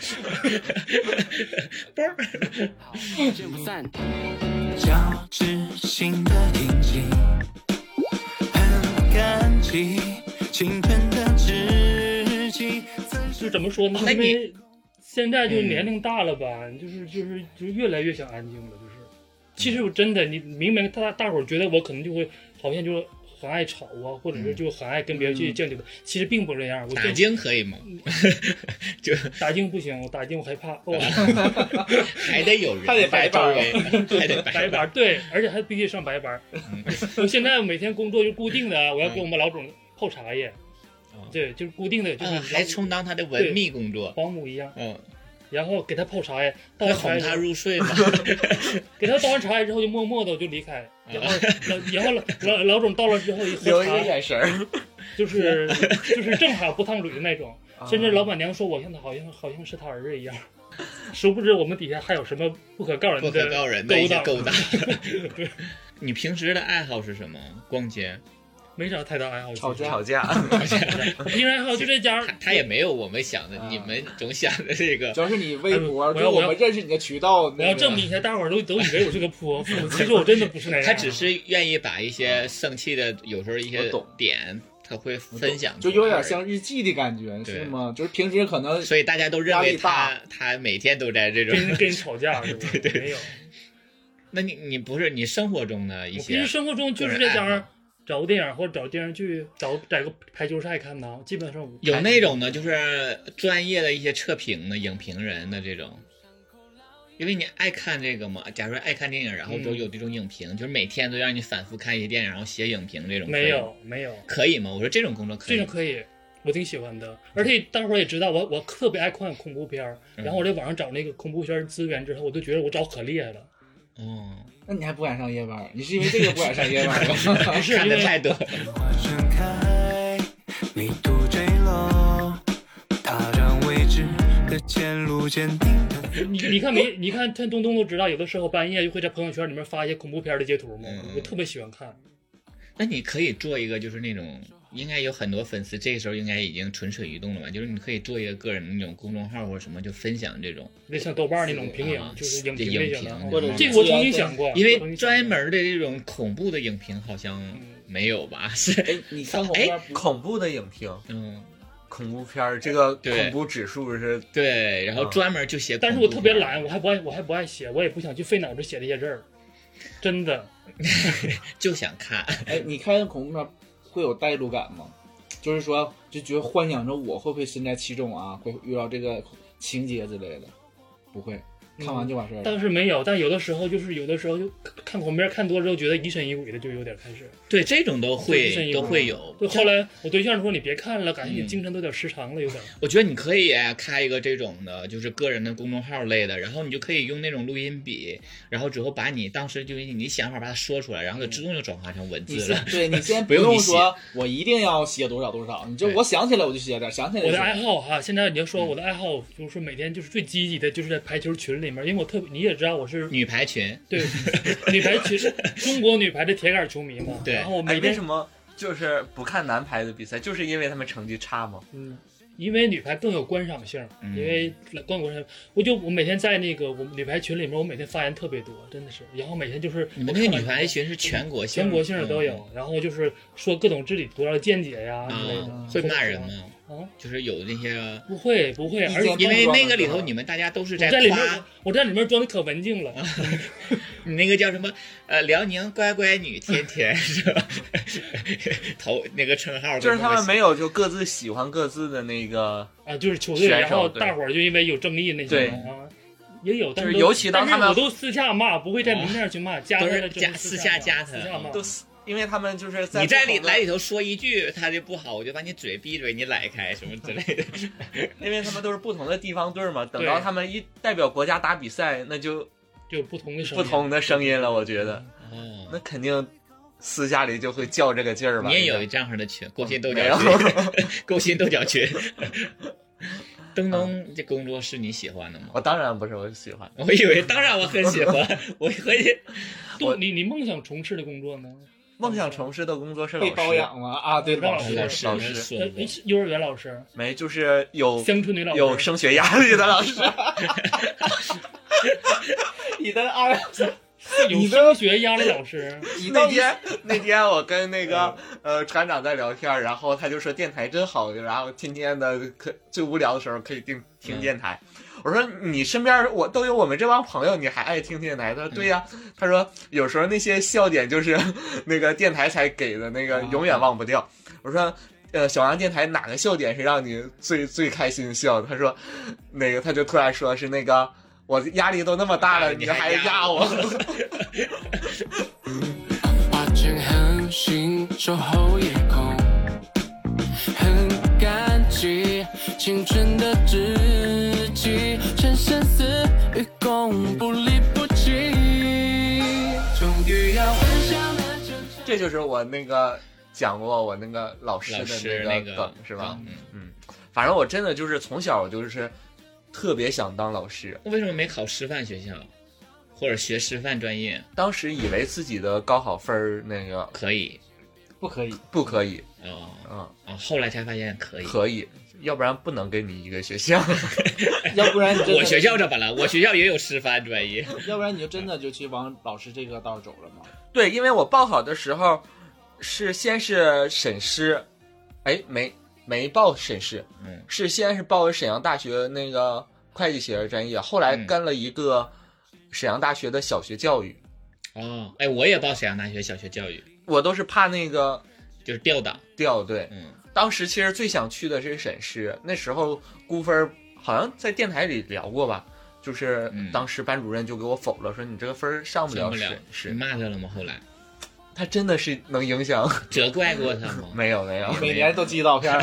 嘣 儿！见不散。交织性的印记，很感激青春的知己。就怎么说呢？哦那因你嗯为现在就是年龄大了吧，就是就是就越来越想安静了，就是。其嗯实我真的，你明明大大伙儿觉得我可能就会好像就很爱吵啊，或者是就很爱跟别人去犟嘴巴，其实并不是这样。嗯我打就精可以吗？ 就打静不行，我打静我害怕，哦，还得有人，还得白班儿啊还得白嗯白班班儿。儿对，而且还必须上白班儿。我现在每天工作就固定的啊，我要给我们老总泡茶叶嗯，对，就是固定的，就是啊嗯，还充当他的文秘工作，保姆一样，嗯，然后给他泡茶叶，倒会哄完茶叶他入睡嘛。给他倒完茶叶之后就默默的我就离开，嗯然后老然后老老老总到了之后一留喝一个茶，眼神儿， 就是就是正好不烫嘴的那种，啊哦甚至老板娘说我像他好像好像是他儿子一样， 殊不知我们底下还有什么不可告人不的可告人的一些勾勾当。你平时的爱好是什么？逛街，没啥太大爱好，吵架吵架，平时爱好就在家他，他也没有我们想的，啊你们总想的这个主要是你微博，哎我就要我我要们认识你的渠道。我要证明一下，大伙儿都都以为我是个泼妇，其实我真的不是那样。他只是愿意把一些生气的，有时候一我些懂点，他会分享出就来，有点像日记的感觉，对是吗？就是平时可能所以大家都认压为力大他他每天都在这种。跟跟人吵架是吧？没有，那你你不是你生活中的一我平些时生活中就是在哎家找个电影或者找电视剧，找找个排球赛看呐，基本上我有那种呢，就是专业的一些测评的影评人的这种，因为你爱看这个嘛，假如说爱看电影，然后都嗯有这种影评，就是每天都让你反复看一些电影，然后写影评这种，没有没有，可以吗？我说这种工作可这以种吗，可以，我挺喜欢的。而且大伙儿也知道，我我特别爱看恐怖片儿，嗯然后我在网上找那个恐怖片儿资源之后，我就觉得我找可厉害了。 哦，那你还不敢上夜班？你是因为这个不敢上夜班吗？ 不啊 是看因的为太多，花盛开，你独坠落，它让未知坚定的你你看哦没？你看看东东都知道，有的时候半夜就会在朋友圈里面发一些恐怖片的截图嘛，嗯我特别喜欢看。那你可以做一个，就是那种应该有很多粉丝，这个时候应该已经蠢蠢欲动了吧？就是你可以做一个个人的那种公众号或者什么，就分享这种，那像豆瓣那种评影啊，就是影这评影类型评的啊或者，这个我曾经想过，因为我曾经想过专门的这种恐怖的影评好像嗯没有吧？ 是，哎你看恐怖片不 恐怖的影评，嗯，恐怖片儿这个对恐怖指数是对，然后专门就写恐啊但怖片，是我特别懒，我还不爱，我还不爱写，我也不想去费脑子写这些字儿，真的。就想看， 哎，你看恐怖片会有代入感吗？就是说，就觉得幻想着我会不会身在其中啊，会遇到这个情节之类的，不会，看完就完事儿了。倒是没有，但有的时候就是有的时候就看恐怖片看多了之后，觉得疑神疑鬼的，就有点开始对这种都疑神会疑都鬼会有。对，后来我对象说你别看了，感觉你嗯精神都有点失常了，有点。我觉得你可以哎开一个这种的，就是个人的公众号类的，然后你就可以用那种录音笔，然后之后把你当时就是你想法把它说出来，然后就自动就转化成文你字先了。对你先不用用你说，我一定要写多少多少，你就对我想起来我就写点儿，想起来我就的爱写。好哈，现在你要嗯说我的爱好，就是说每天就是最积极的，就是在排球群里面，因为我特别你也知道我是女排群， 对女排群中国女排的铁杆球迷嘛，对然后我每哎，为天什么就是不看男排的比赛，就是因为他们成绩差吗？嗯，因为女排更有观赏性，嗯因为观观赏，我就我每天在那个我们女排群里面，我每天发言特别多，真的是，然后每天就是你们那个女排群是全国性，全国性的都有，然后就是说各种自己独到的见解呀嗯之类的啊，，会骂人？吗？啊，就是有那些，不会不会，意而且见因因为为那个里头你们大家都是我在里面夸，我在里面装的可文静了，嗯你那个叫什么？呃，辽宁乖乖女天 天是吧？ 头那个称号就是他们没有有就各自喜欢各自的那个，啊，就是球队，选手然后对大伙儿就因为有争议那些对啊，也有，但就是是都尤其当但是他们我都私下骂，不会在明面去骂，加他都是 的加哦私下加他私下骂，都是因为他们就是在你在不里同的来里头说一句他就不好，我就把你嘴闭嘴，你懒开什么之类 的。因为他们都是不同的地方队儿嘛，等对到他们一代表国家打比赛，那就就有不同的声音不同的声音了。我觉得哦那肯定私下里就会较这个劲儿吧。你也有应这样的群，勾心斗没角有 群，勾心斗角群。东啊东这工作是你喜欢的该，吗？我当然不是我喜欢，我以为，当然我很喜欢，我合计都你你梦想从事的工作呢？梦想从事的工作是老被师，包养了啊！对，老老师师，老师老师师说呃过，是幼儿园老师，没就是有乡村女老师，有升学压力的老师，你的爱，有你的升学压力老师，你那到底天那天我跟那嗯个呃船长在聊天，然后他就说电台真好，然后天天的可最无聊的时候可以听听嗯电台。我说你身边我都有我们这帮朋友，你还爱听电台？嗯他说对呀、他说有时候那些笑点就是 那个电台才给的那个哦啊，永远忘不掉。我说。呃，小杨电台哪个笑点是让你最最开心笑的？他说，那个他就突然说是那个我压力都那么大了，哎你你还还压压我我？ 花间很行，守候夜空，很感激青春的知己，深深思与共，不离不弃。终于要奔向那真正。这就是我那个讲过我那个老师老师的那个梗、是吧？嗯，嗯，反正我真的就是从小就是特别想当老师，那为什么没考师范学校，或者学师范专业？当时以为自己的高考分儿那个可以不可以，不可以，哦嗯，哦，后来才发现可以。可以，要不然不能跟你一个学校。 要不然你就我学校这么了， 我学校也有师范专业。要不然你就真的就去往老师这个道儿走了嘛？对，因为我报考的时候是先是沈师，哎，没没报沈师，嗯，是先是报沈阳大学那个会计学专业，后来嗯跟了一个沈阳大学的小学教育。哦，哎，我也报沈阳大学小学教育，我都是怕那个就是调档。掉队。嗯，当时其实最想去的是沈师，那时候估分儿好像在电台里聊过吧，就是嗯当时班主任就给我否了，说你这个分儿上不上了不了嗯沈。你师。骂他了吗？后来他真的是能影响？ 责怪过他吗？没有没有，每年都寄照片儿，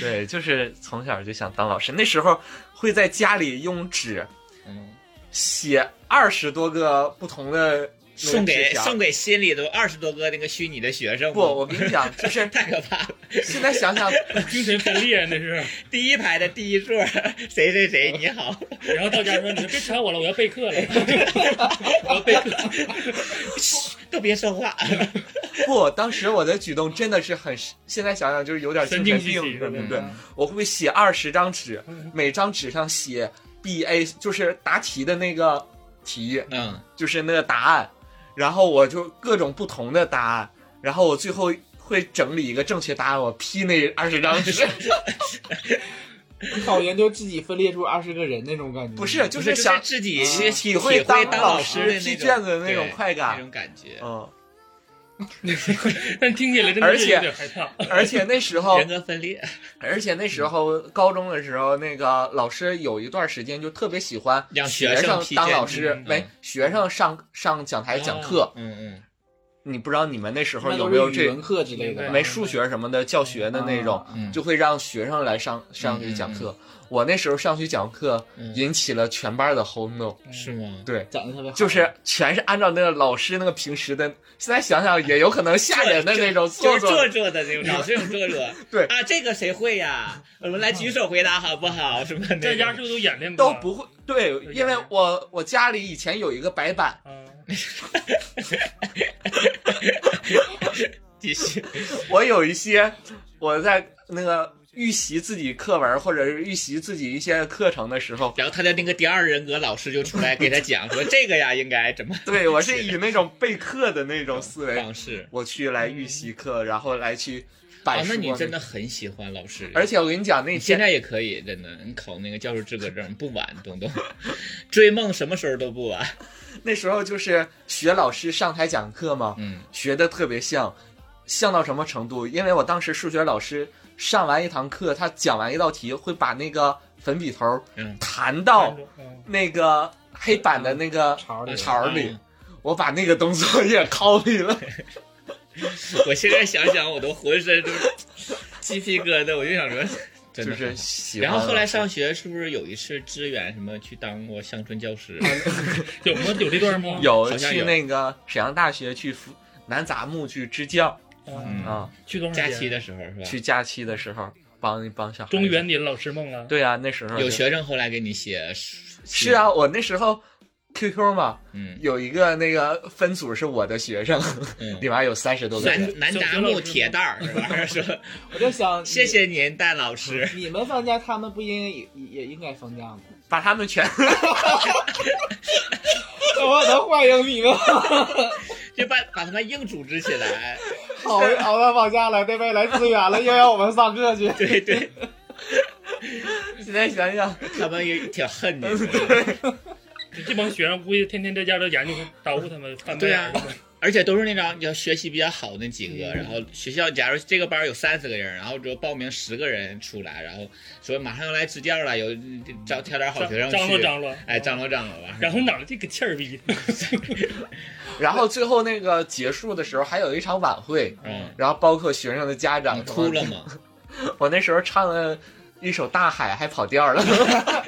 对，就是从小就想当老师，那时候会在家里用纸嗯，写二十多个不同的送给纸条送给心里头二十多个那个虚拟的学生吗，不，我跟你讲，就是 太可怕了。现在想想，精神分裂那是。第一排的第一座， 谁谁谁你 好，然后到家说：“你们别吵我了，我要备课了， 我要备课。都别说话。 不，当时我的举动真的是很，现在想想就是有点精神神经兮兮病，对不对嗯？我会写二十张纸，每张纸上写 B A，就是答题的那个题，嗯，就是那个答案，然后我就各种不同的答案，然后我最后会整理一个正确答案，我批那二十张纸， 考研就自己分裂出二十个人那种感觉。不是，就不是就想啊嗯自己体体会当当老师师的批那卷子的那对种快感那种感觉，嗯，”但听起来真而的是且有点害怕。而且那时候人格分裂。而且那时嗯候高中的时候，那个老师有一段时间就特别喜欢让学学生生批当卷老你师嗯，没学生上上讲台讲课。嗯你不知道你们那时候那有都没有是语这文课啊之类的对吧，没数学什么的教学的那种啊，嗯，就会让学生来上上去讲课。我那时候上去讲课，嗯引起了全班的轰动。是吗？对，讲的特别好，就是全是按照那个老师那个平时的，现在想想也有可能吓人的那种就做是作做作的那种，老是这种做作 。对啊，这个谁会呀？我们来举手回答好不好？什么那种在家是不是都演练过都啊？不会。对，因为我我家里以前有一个白板，嗯， 继续？我有一些我在那个预习自己课文或者是预习自己一些课程的时候，然后他的那个第二人格老师就出来给他讲说这个呀应该怎么对我是以那种备课的那种思维，方式。我去来预习课，然后来去摆啊，书。那你真的，很喜欢老师，而且我跟你讲，那你现天在也可以，真的，你考那个教师资格证不晚，东东。 追梦什么时候都不晚。那时候就是学老师上台讲课嘛，嗯学的特别像，像到什么程度？因为我当时数学老师上完一堂课，他讲完一道题，会把那个粉笔头嗯，弹到嗯那个黑板的那个潮里槽儿里嗯。我把那个动作也 copy 了，我现在想想我都浑身都是鸡皮疙瘩，我就想说， 真就的是喜欢然了。后后来上学是不是有一次支援什么去当过乡村教师？啊有吗？有这段吗？啊有好像去有那个沈阳大学去辅南杂木去支教嗯，嗯，啊，去多少假年期的时候是吧？去假期的时候帮一帮小孩。终于圆你的老师梦了。对啊，那时候有就学生后来给你写是，啊，我那时候 QQ 嘛，嗯有一个那个分组是我的学生， 嗯里，面有三十多个人。南南达木铁蛋儿是吧？说 我在想，谢谢您，蛋老师。你们放假，他们不应该也也应该放假吗？ 把他们全 我能欢迎你们，就把把他们硬组织起来，好好的放假了，对外来支援了，又让我们上 课去。对对，现在想想，他们也挺恨你的。这帮学生估计天天在家都研究捣鼓他们翻白对眼啊儿。而且都是那种要学习比较好的那几个，然后学校假如这个班有三十个人，然后只有报名十个人出来，然后说马上要来支教了，有嗯招挑点好学生去，张罗张罗哎，张罗张罗吧。然后哪来这个气儿逼？然后最后那个结束的时候还有一场晚会，嗯，然后包括学生的家你长哭了吗？我那时候唱了一首《大海》，还跑调了。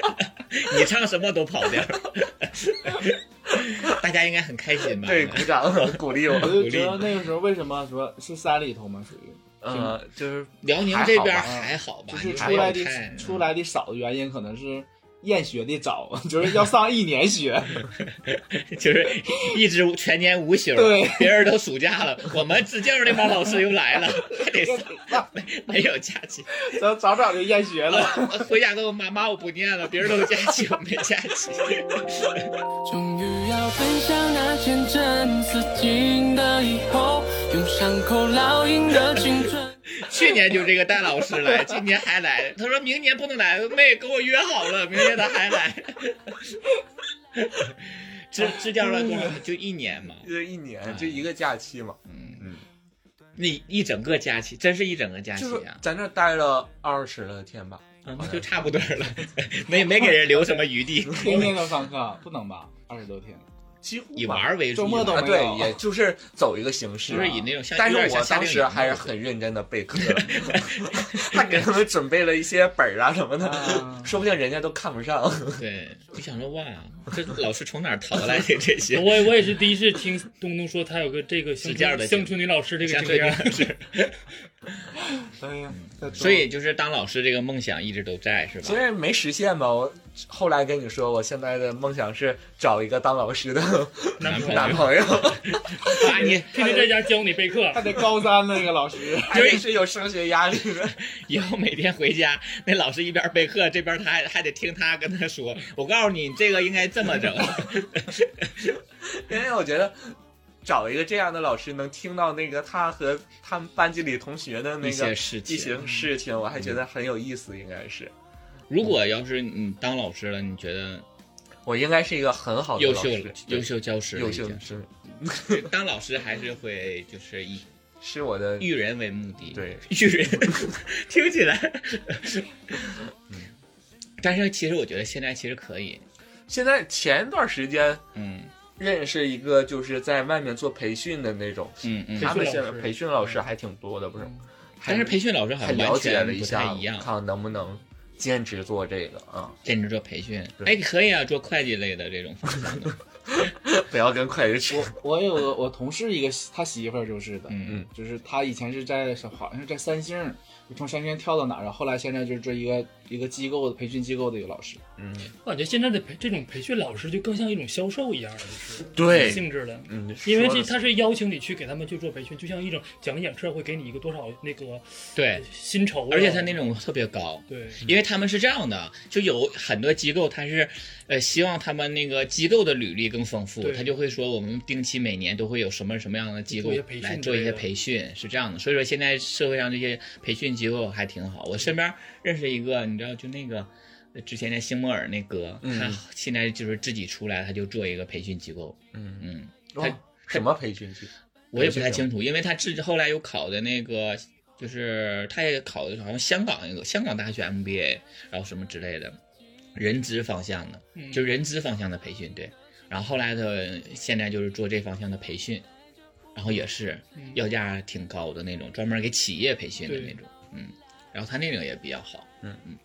你唱什么都跑调儿， 大家应该很开心吧？嗯对，鼓掌鼓 励我我。就知道那个时候为什么说是山里头嘛，属于嗯呃，就是辽宁这边还好吧？就是你出来没有哎太的出来的少的原因可能是厌学的早， 就是要上一年学。 就是一直全年无休，对别人都暑假了，我们支教那帮老师又来了，还 得上没没有假期。 早早早就厌学了。我回家跟我妈妈，我不念了，别人都有假期，我没假期。终于要奔向那前阵似锦的以后，用伤口烙印的青春。去年就这个戴老师来，今年还来，他说明年不能来，妹跟我约好了，明年他还来。支支教了多少？就一年嘛，就一嗯年就一个假期嘛，那一整个假期，真是一整个假期就是啊，在那待了二十来天吧。嗯就差 不多了，没没给人留什么余地。天天都上课，不能吧？二十多天，几乎以吧玩儿为主，周末都啊，没对有，也就是走一个形式，啊就是以那种像，但是有点像我夏当令时营还是那种很认真的备课， 还给他们准备了一些本儿啊什么的啊，说不定人家都看不上。 对，就想说哇，这老师从哪儿淘来的这些？ 我也我也是第一次听东东说他有个这个乡是这样的村乡村女老师这个像经验，是，哎呀， 所以就是当老师这个梦想一直都在，是虽吧？然没实现吧，我后来跟你说，我现在的梦想是找一个当老师的男朋友男 朋友，啊，你天天在家教你备课还。得高三那个老师，因为是有升学压力的。 以后每天回家，那老师一边备课，这边他还还得听他跟他 说，我告诉你，你这个应该这么 整。 因为我觉得找一个这样的老师，能听到那个他和他们班级里同学的那一个些事情一些事情，我还觉得很有意思。应该是如果要是你当老师了，你觉得我应该是一个很好的优哦老秀师，优秀教师对了优已经，秀是对当老师还是会就是以是我的育人为目的，对育人， 听 起来。但是其实我觉得现在其实可以，现在前段时间嗯认识一个就是在外面做培训的那种，嗯嗯。他们现在培训老师培训老师还挺多的，不是？还但是培训老师好还像了完解全了一不太下，一样，看能不能兼职做这个啊？ 兼职做培训，对哎，可以啊，做会计类的这 种。不要跟会计扯。 我有个我同事一个他媳妇儿就是的，嗯就是他以前是在好像是在三星，就从三星跳到哪儿，然后后来现在就是做一个一个机构的培训机构的一个老师，嗯，我感觉现在的培这种培训老师就更像一种销售一样的就是对，性质的。嗯，因为说这得他是邀请你去给他们去做培训，就像一种讲演课会给你一个多少那个对，薪酬啊，而且他那种特别高，对因为他们是这样的，就有很多机构，他是，呃，希望他们那个机构的履历更丰富，对他就会说我们定期每年都会有什么什么样的机构做一些培训来之做一类些的培训，是这样的。所以说现在社会上这些培训机构还挺好。我身边认识一个，你知道，就那个呃之前的星摩尔那哥，嗯他现在就是自己出来，他就做一个培训机构，嗯，嗯，哇他什么培训去？我也不太清楚，因为他至后来有考的那个，就是他也考的好像香港一个香港大学 MBA，然后什么之类的，人资方向的，嗯就人资方向的培训，对。然后后来的现在就是做这方向的培训，然后也是嗯要价挺高的那种，专门给企业培训的对那种，嗯。然后他那种也比较好，嗯嗯。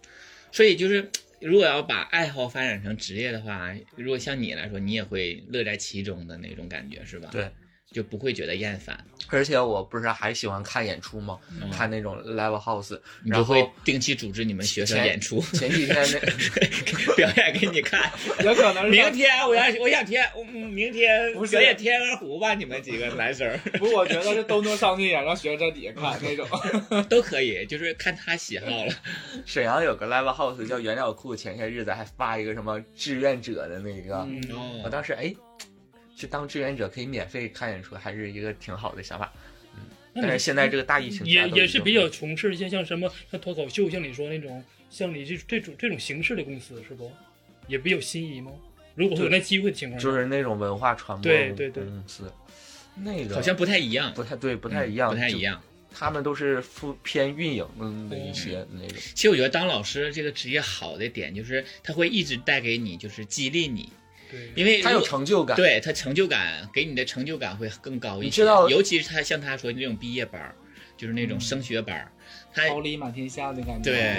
所以就是，如果要把爱好发展成职业的话，如果像你来说，你也会乐在其中的那种感觉，是吧？对，就不会觉得厌烦。而且我不是还喜欢看演出吗？看那种 live house，你然就后会定期组织你们学生前演出， 前几天那表演给你看。 也可能是明天我要我想天，嗯，明天不是表演天鹅湖吧，你们几个男生儿不是，我觉得是东东上去演，让学生在底下 看那种。都可以，就是看他喜好了。沈阳有个 live house 叫原料库，前些日子还发一个什么志愿者的那个，嗯，我哦，当时哎，去当志愿者可以免费看演出，还是一个挺好的想法。嗯那但你是现在这个大疫情也下都也是已经比较从事一些像什么像脱口秀，像你说那种像你这这种这种形式的公司是不？也比较心仪吗？如果会有那机会的情况下，就是那种文化传播对对对公司，那个好像不太一样，不太对，不不太一样，不太一。样。他们都是负偏运营的一些那种，其实我觉得当老师这个职业好的点就是，他会一直带给你，就是激励你，对，因为他有如果成就感。对他成就感给你的成就感会更高一些。你知道尤其是他像他说的那种毕业班儿，就是那种升学班儿，他桃李满天下的感觉。对。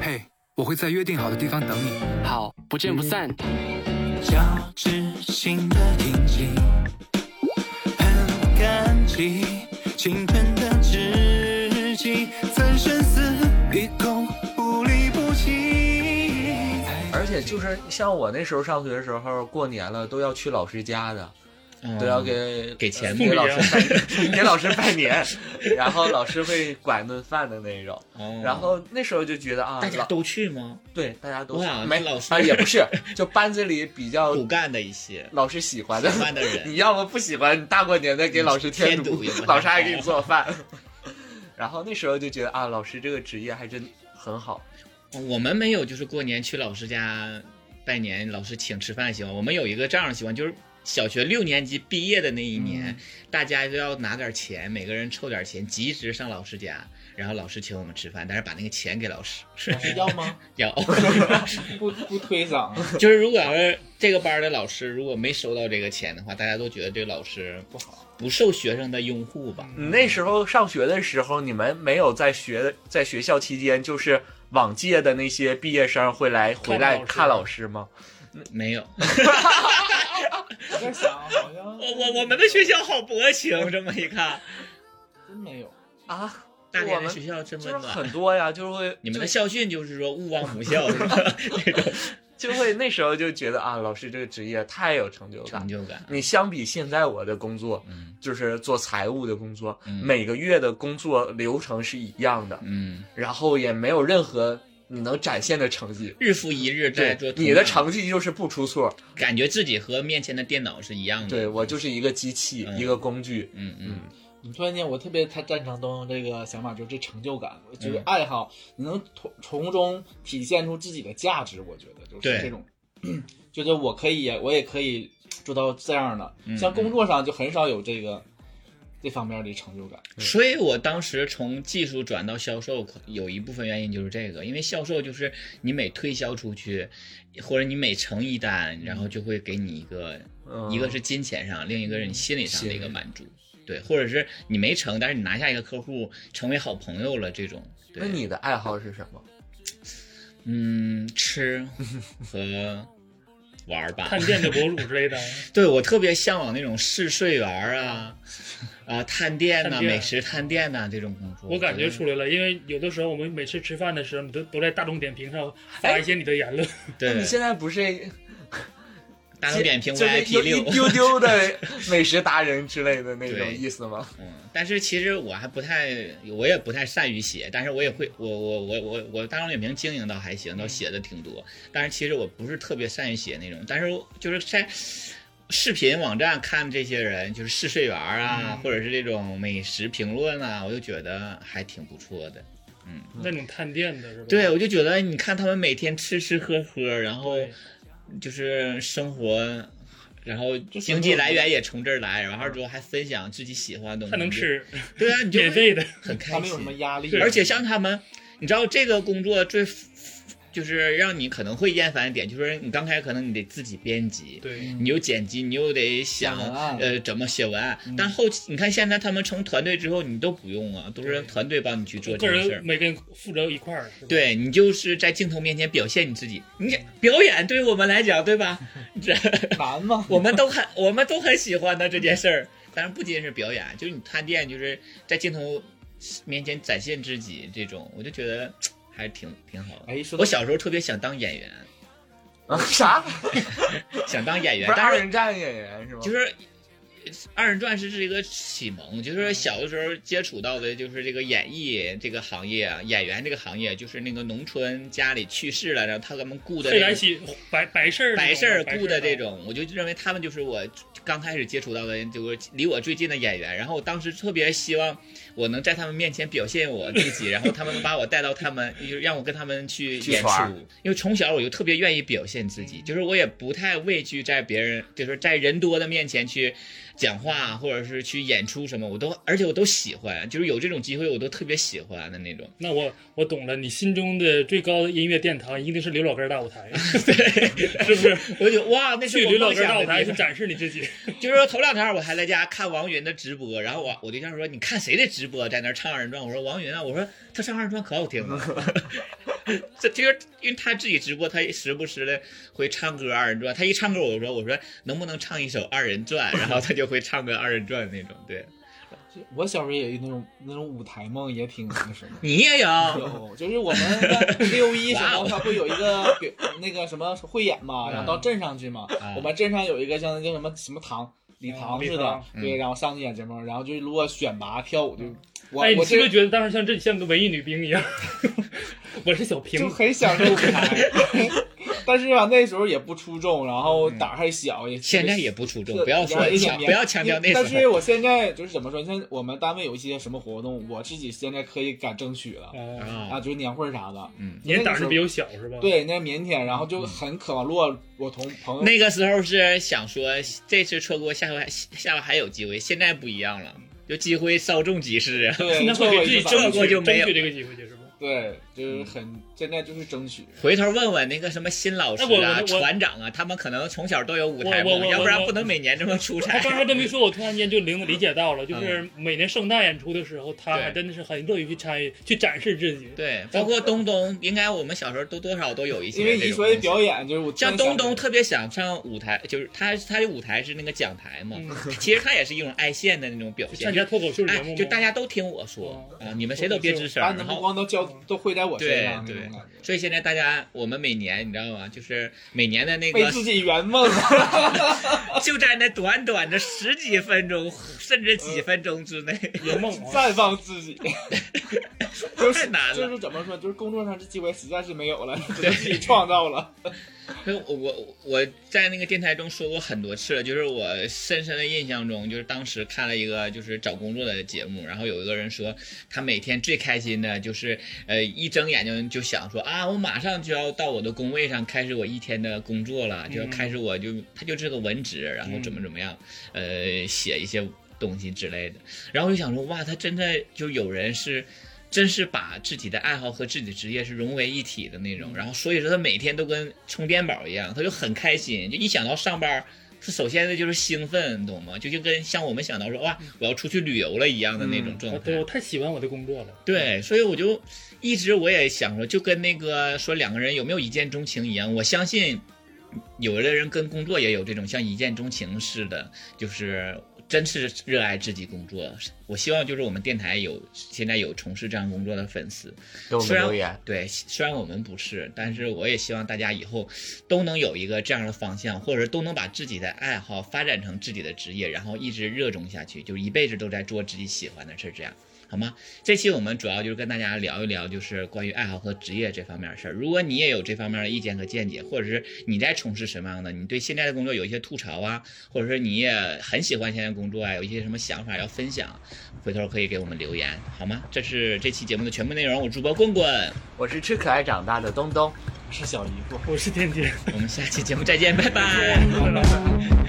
嘿，我会在约定好的地方等你。好，不见不散。交织心的印记，很感激青春的知己，曾生死与共，不离不弃。而且就是像我那时候上学的时候，过年了都要去老师家的，嗯都要给呃给钱给送礼老啊师拜 给老师拜年，然后老师会管顿饭的那种。哦然后那时候就觉得啊，大家老都去吗？对大家都我想没老师啊也不是，就班级里比较骨干的一些，老师喜欢的喜欢的人 你要么不喜欢，你大过年的给老师添添堵也不太老师还给你做饭。 然后那时候就觉得啊，老师这个职业还真很好。我们没有，就是过年去老师家拜年，老师请吃饭的习惯。我们有一个这样的习惯，就是小学六年级毕业的那一年，嗯大家都要拿点钱，每个人凑点钱，及时上老师家，然后老师请我们吃饭，但是把那个钱给老师，老师要吗？ 要不不推 搡啊，就是如果要是这个班的老师如果没收到这个钱的话，大家都觉得这个老师不好。不受学生的拥护吧？你那时候上学的时候，你们没有在学在学校期间，就是往届的那些毕业生会来回来看老师吗？嗯没 有，我在想，好像我我我们的学校好薄情，这么一看，真没有。啊，大连我的们学校真就是温暖。很多 呀，就是会你们的校训就是说勿忘母校，是吧这种就就会那时候就觉得啊，老师这个职业太有成就成感。啊就感。你相比现在我的工作，嗯就是做财务的工作，嗯每个月的工作流程是一样的，嗯，然后也没有任何你能展现的成绩。日复一日在对做，你的成绩就是不出错。感觉自己和面前的电脑是一样的。对我就是一个机器，嗯一个工具。嗯嗯嗯，你突然间，我特别太赞成东东这个想法，就是这成就感，我觉得嗯爱好，你能从从中体现出自己的价值，我觉得就是对这种， 觉得我可以，我也可以做到这样的。嗯像工作上就很少有这个这方面的成就感。所以我当时从技术转到销售，可有一部分原因就是这个，因为销售就是你每推销出去，或者你每成一单，然后就会给你一个，嗯一个是金钱上，另一个是你心理上的心一个理满足。对，或者是你没成，但是你拿下一个客户，成为好朋友了，这种。对那你的爱好是什么？嗯，吃和玩儿 吧看。店的博主之类的，对我特别向往那种试睡员儿啊，啊、探店呐、探店美食探店呐、这种工作。我感觉是出来了。因为有的时候我们每次吃饭的时候，你都都在大众点评上发一些你的言论，那对你现在不是大众点评就是 VIP 有一六。丢丢的美食达人之类的那种对意思 吗？嗯，但是其实我还不太，我也不太善于写，但是我也会，我我我我我大众点评经营倒还嗯行，倒写的挺多，但是其实我不是特别善于写那种，但是就是在视频网站看这些人，就是试睡员啊，嗯或者是这种美食评论啊，我就觉得还挺不错的。那种探店的是吧？对，我就觉得你看他们每天吃吃喝喝，然后对，就是生活，然后经济来源也从这儿来，然后之后还分享自己喜欢的东西，还能，吃，对啊，你就免费的。很他开没有什么心。压力，而且像他们，你知道这个工作最 f- f- 就是让你可能会厌烦一点，就是你刚开始可能你得自己编辑，对，你又剪辑，你又得想想文案呃怎么写文案，嗯但后期你看现在他们成团队之后，你都不用啊，都是团队帮你去做这个个事儿人。每个人负责一块儿，是吧，对你就是在镜头面前表现你自己，你表演对我们来讲，对吧？这难吗？我们都很我们都很喜欢的这件事儿。当然不仅是表演，就是你探店，就是在镜头面前展现自己这种，我就觉得还是挺挺好的。哎说到我小时候特别想当演员，啊，啥？想当演不员是，二但是人战演员是吗？就是。二人转是这个启蒙，就是小的时候接触到的，就是这个演艺这个行业啊，演员这个行业，就是那个农村家里去世了，然后他给他们雇的黑那白种喜白白事儿那种，白事儿雇的白这事儿啊，种，我就认为他们就是我刚开始接触到的，就是离我最近的演员。然后我当时特别希望我能在他们面前表现我自己，然后他们把我带到他们，就是让我跟他们去去演出玩儿。因为从小我就特别愿意表现自己，就是我也不太畏惧在别人，就是在人多的面前去讲话，或者是去演出什么，我都而且我都喜欢，就是有这种机会我都特别喜欢的那种。那我我懂了，你心中的最高的音乐殿堂一定是刘老根儿大 舞台， 是不是？我就哇，那是去我刘老梦根儿想大的舞台地去方。展示你自己，就是说头两天我还在家看王云的直播，然后我我对象说你看谁的直播在那儿唱二人转？我说王云啊，我说他唱二人转可好听了。这就是因为他自己直播，他时不时的会唱歌二人转。他一唱歌，我说我说能不能唱一首二人转，然后他就会唱个二人转那种。对。我小时候也有那种那种舞台梦，也挺那什么你也有，有，就是我们在六一什哇哦么，他会有一个表那个什么汇演嘛，然后到镇上去嘛。啊我们镇上有一个像那叫什么什么堂，礼堂似嗯的礼嗯堂，对，然后上去演节目，然后就如果选拔跳舞就，我哎，你我是不是这觉得当时 像这像个文艺女兵一样？我是小平 就，很享受舞台。但是吧，那时候也不出众，然后胆儿还小，也嗯现在也不出众，是不要说然后一强，年不要强调那但时是候。我现在就是怎么说？像我们单位有一些什么活动，我自己现在可以敢争取了啊，啊啊，就是年会啥的。嗯，年胆儿是比较较小是吧？，对，那腼腆，然后就很渴望。如果我同朋友那个时候是想说这次错过，下回还下回还有机会，现在不一样了，就机会稍纵即逝啊。对那会给自己错中过一次争取国就没有争取这个机会去是吧？对，嗯就是很现在就是争取。回头问问那个什么新老师哎我啊、我我船长啊，他们可能从小都有舞台我我梦，我要不然我不能每年这么出 他差。刚才这么一说，我突然间就灵理解到了，就是每年圣诞演出的时候，他还对真的是很乐于去参与，去展示自己。对，包括东东，应该我们小时候都多少都有一些因为这你种说东的西表演，就是我突像然东想起东来特别想上舞台，就是他他的舞台是那个讲台嘛，其实他也是一种爱现的那种表去现，参就加脱口秀节目哎，吗，就大家都听我说啊，你们谁都别吱声，把你的然目后。嗯光都交都挥在我身对上，对那种感觉，所以现在大家，我们每年你知道吗？就是每年的那为个，自己圆梦。啊 就在那短短的十几分钟，甚至几分钟之内，圆梦啊。绽放 自己，就是太难了就是怎么说，就是工作上这机会实在是 没有了，只能自己创造了。所以 我我我在那个电台中说过很多次了，就是我深深的印象中，就是当时看了一个就是找工作的节目，然后有一个人说，他每天最开心的就是呃一睁眼睛就想说啊，我马上就要到我的工位上开始我一天的工作了，就要开始我就他就是个文职，然后怎么怎么样，呃写一些东西之类的，然后我就想说哇，他真的就有人是。真是把自己的爱好和自己的职业是融为一体的那种。然后所以说他每天都跟充电宝一样，他就很开心，就一想到上班儿。他首先呢就是兴奋，你懂吗？就就跟像我们想到说哇，我要出去旅游了一样的那种状态。啊对，我太喜欢我的工作了。对，所以我就一直我也想说，就跟那个说两个人有没有一见钟情一样，我相信有的人跟工作也有这种像一见钟情似的，就是真是热爱自己工作。我希望就是我们电台有现在有从事这样工作的粉丝，给我虽们然留言。对，虽然我们不是，但是我也希望大家以后都能有一个这样的方向，或者都能把自己的爱好发展成自己的职业，然后一直热衷下去，就是一辈子都在做自己喜欢的事儿，这样好吗？这期我们主要就是跟大家聊一聊，就是关于爱好和职业这方面的事儿。如果你也有这方面的意见和见解，或者是你在从事什么样的，你对现在的工作有一些吐槽啊，或者是你也很喜欢现在的工作啊，有一些什么想法要分享，回头可以给我们留言，好吗？这是这期节目的全部内容，我主播棍棍。我是吃可爱长大的东东。是小姨夫。我是天天。我们下期节目再见，拜拜。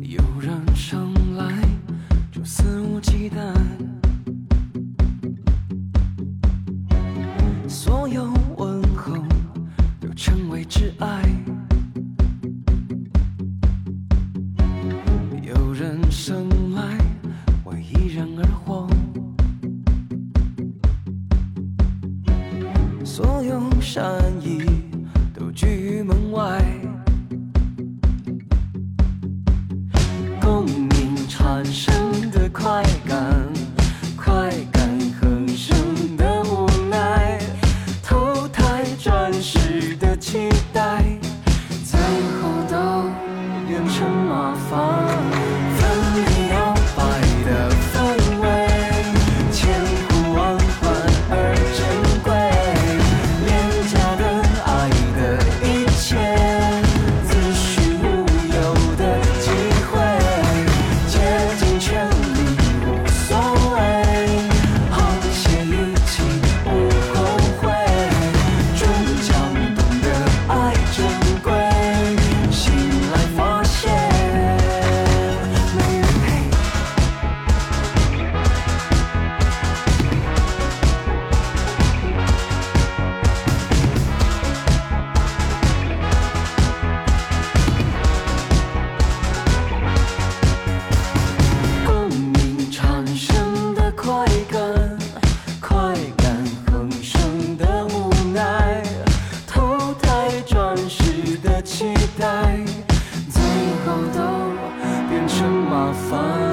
有人常来，就肆无忌惮。所有问候都成为挚爱。有人生来为一人而活，所有善意都拒于门外。共鸣产生的快感，快感横生的无奈，投胎转世的期待，最后都变成麻烦。分明摇摆的氛围，千呼万唤而珍贵，廉价的放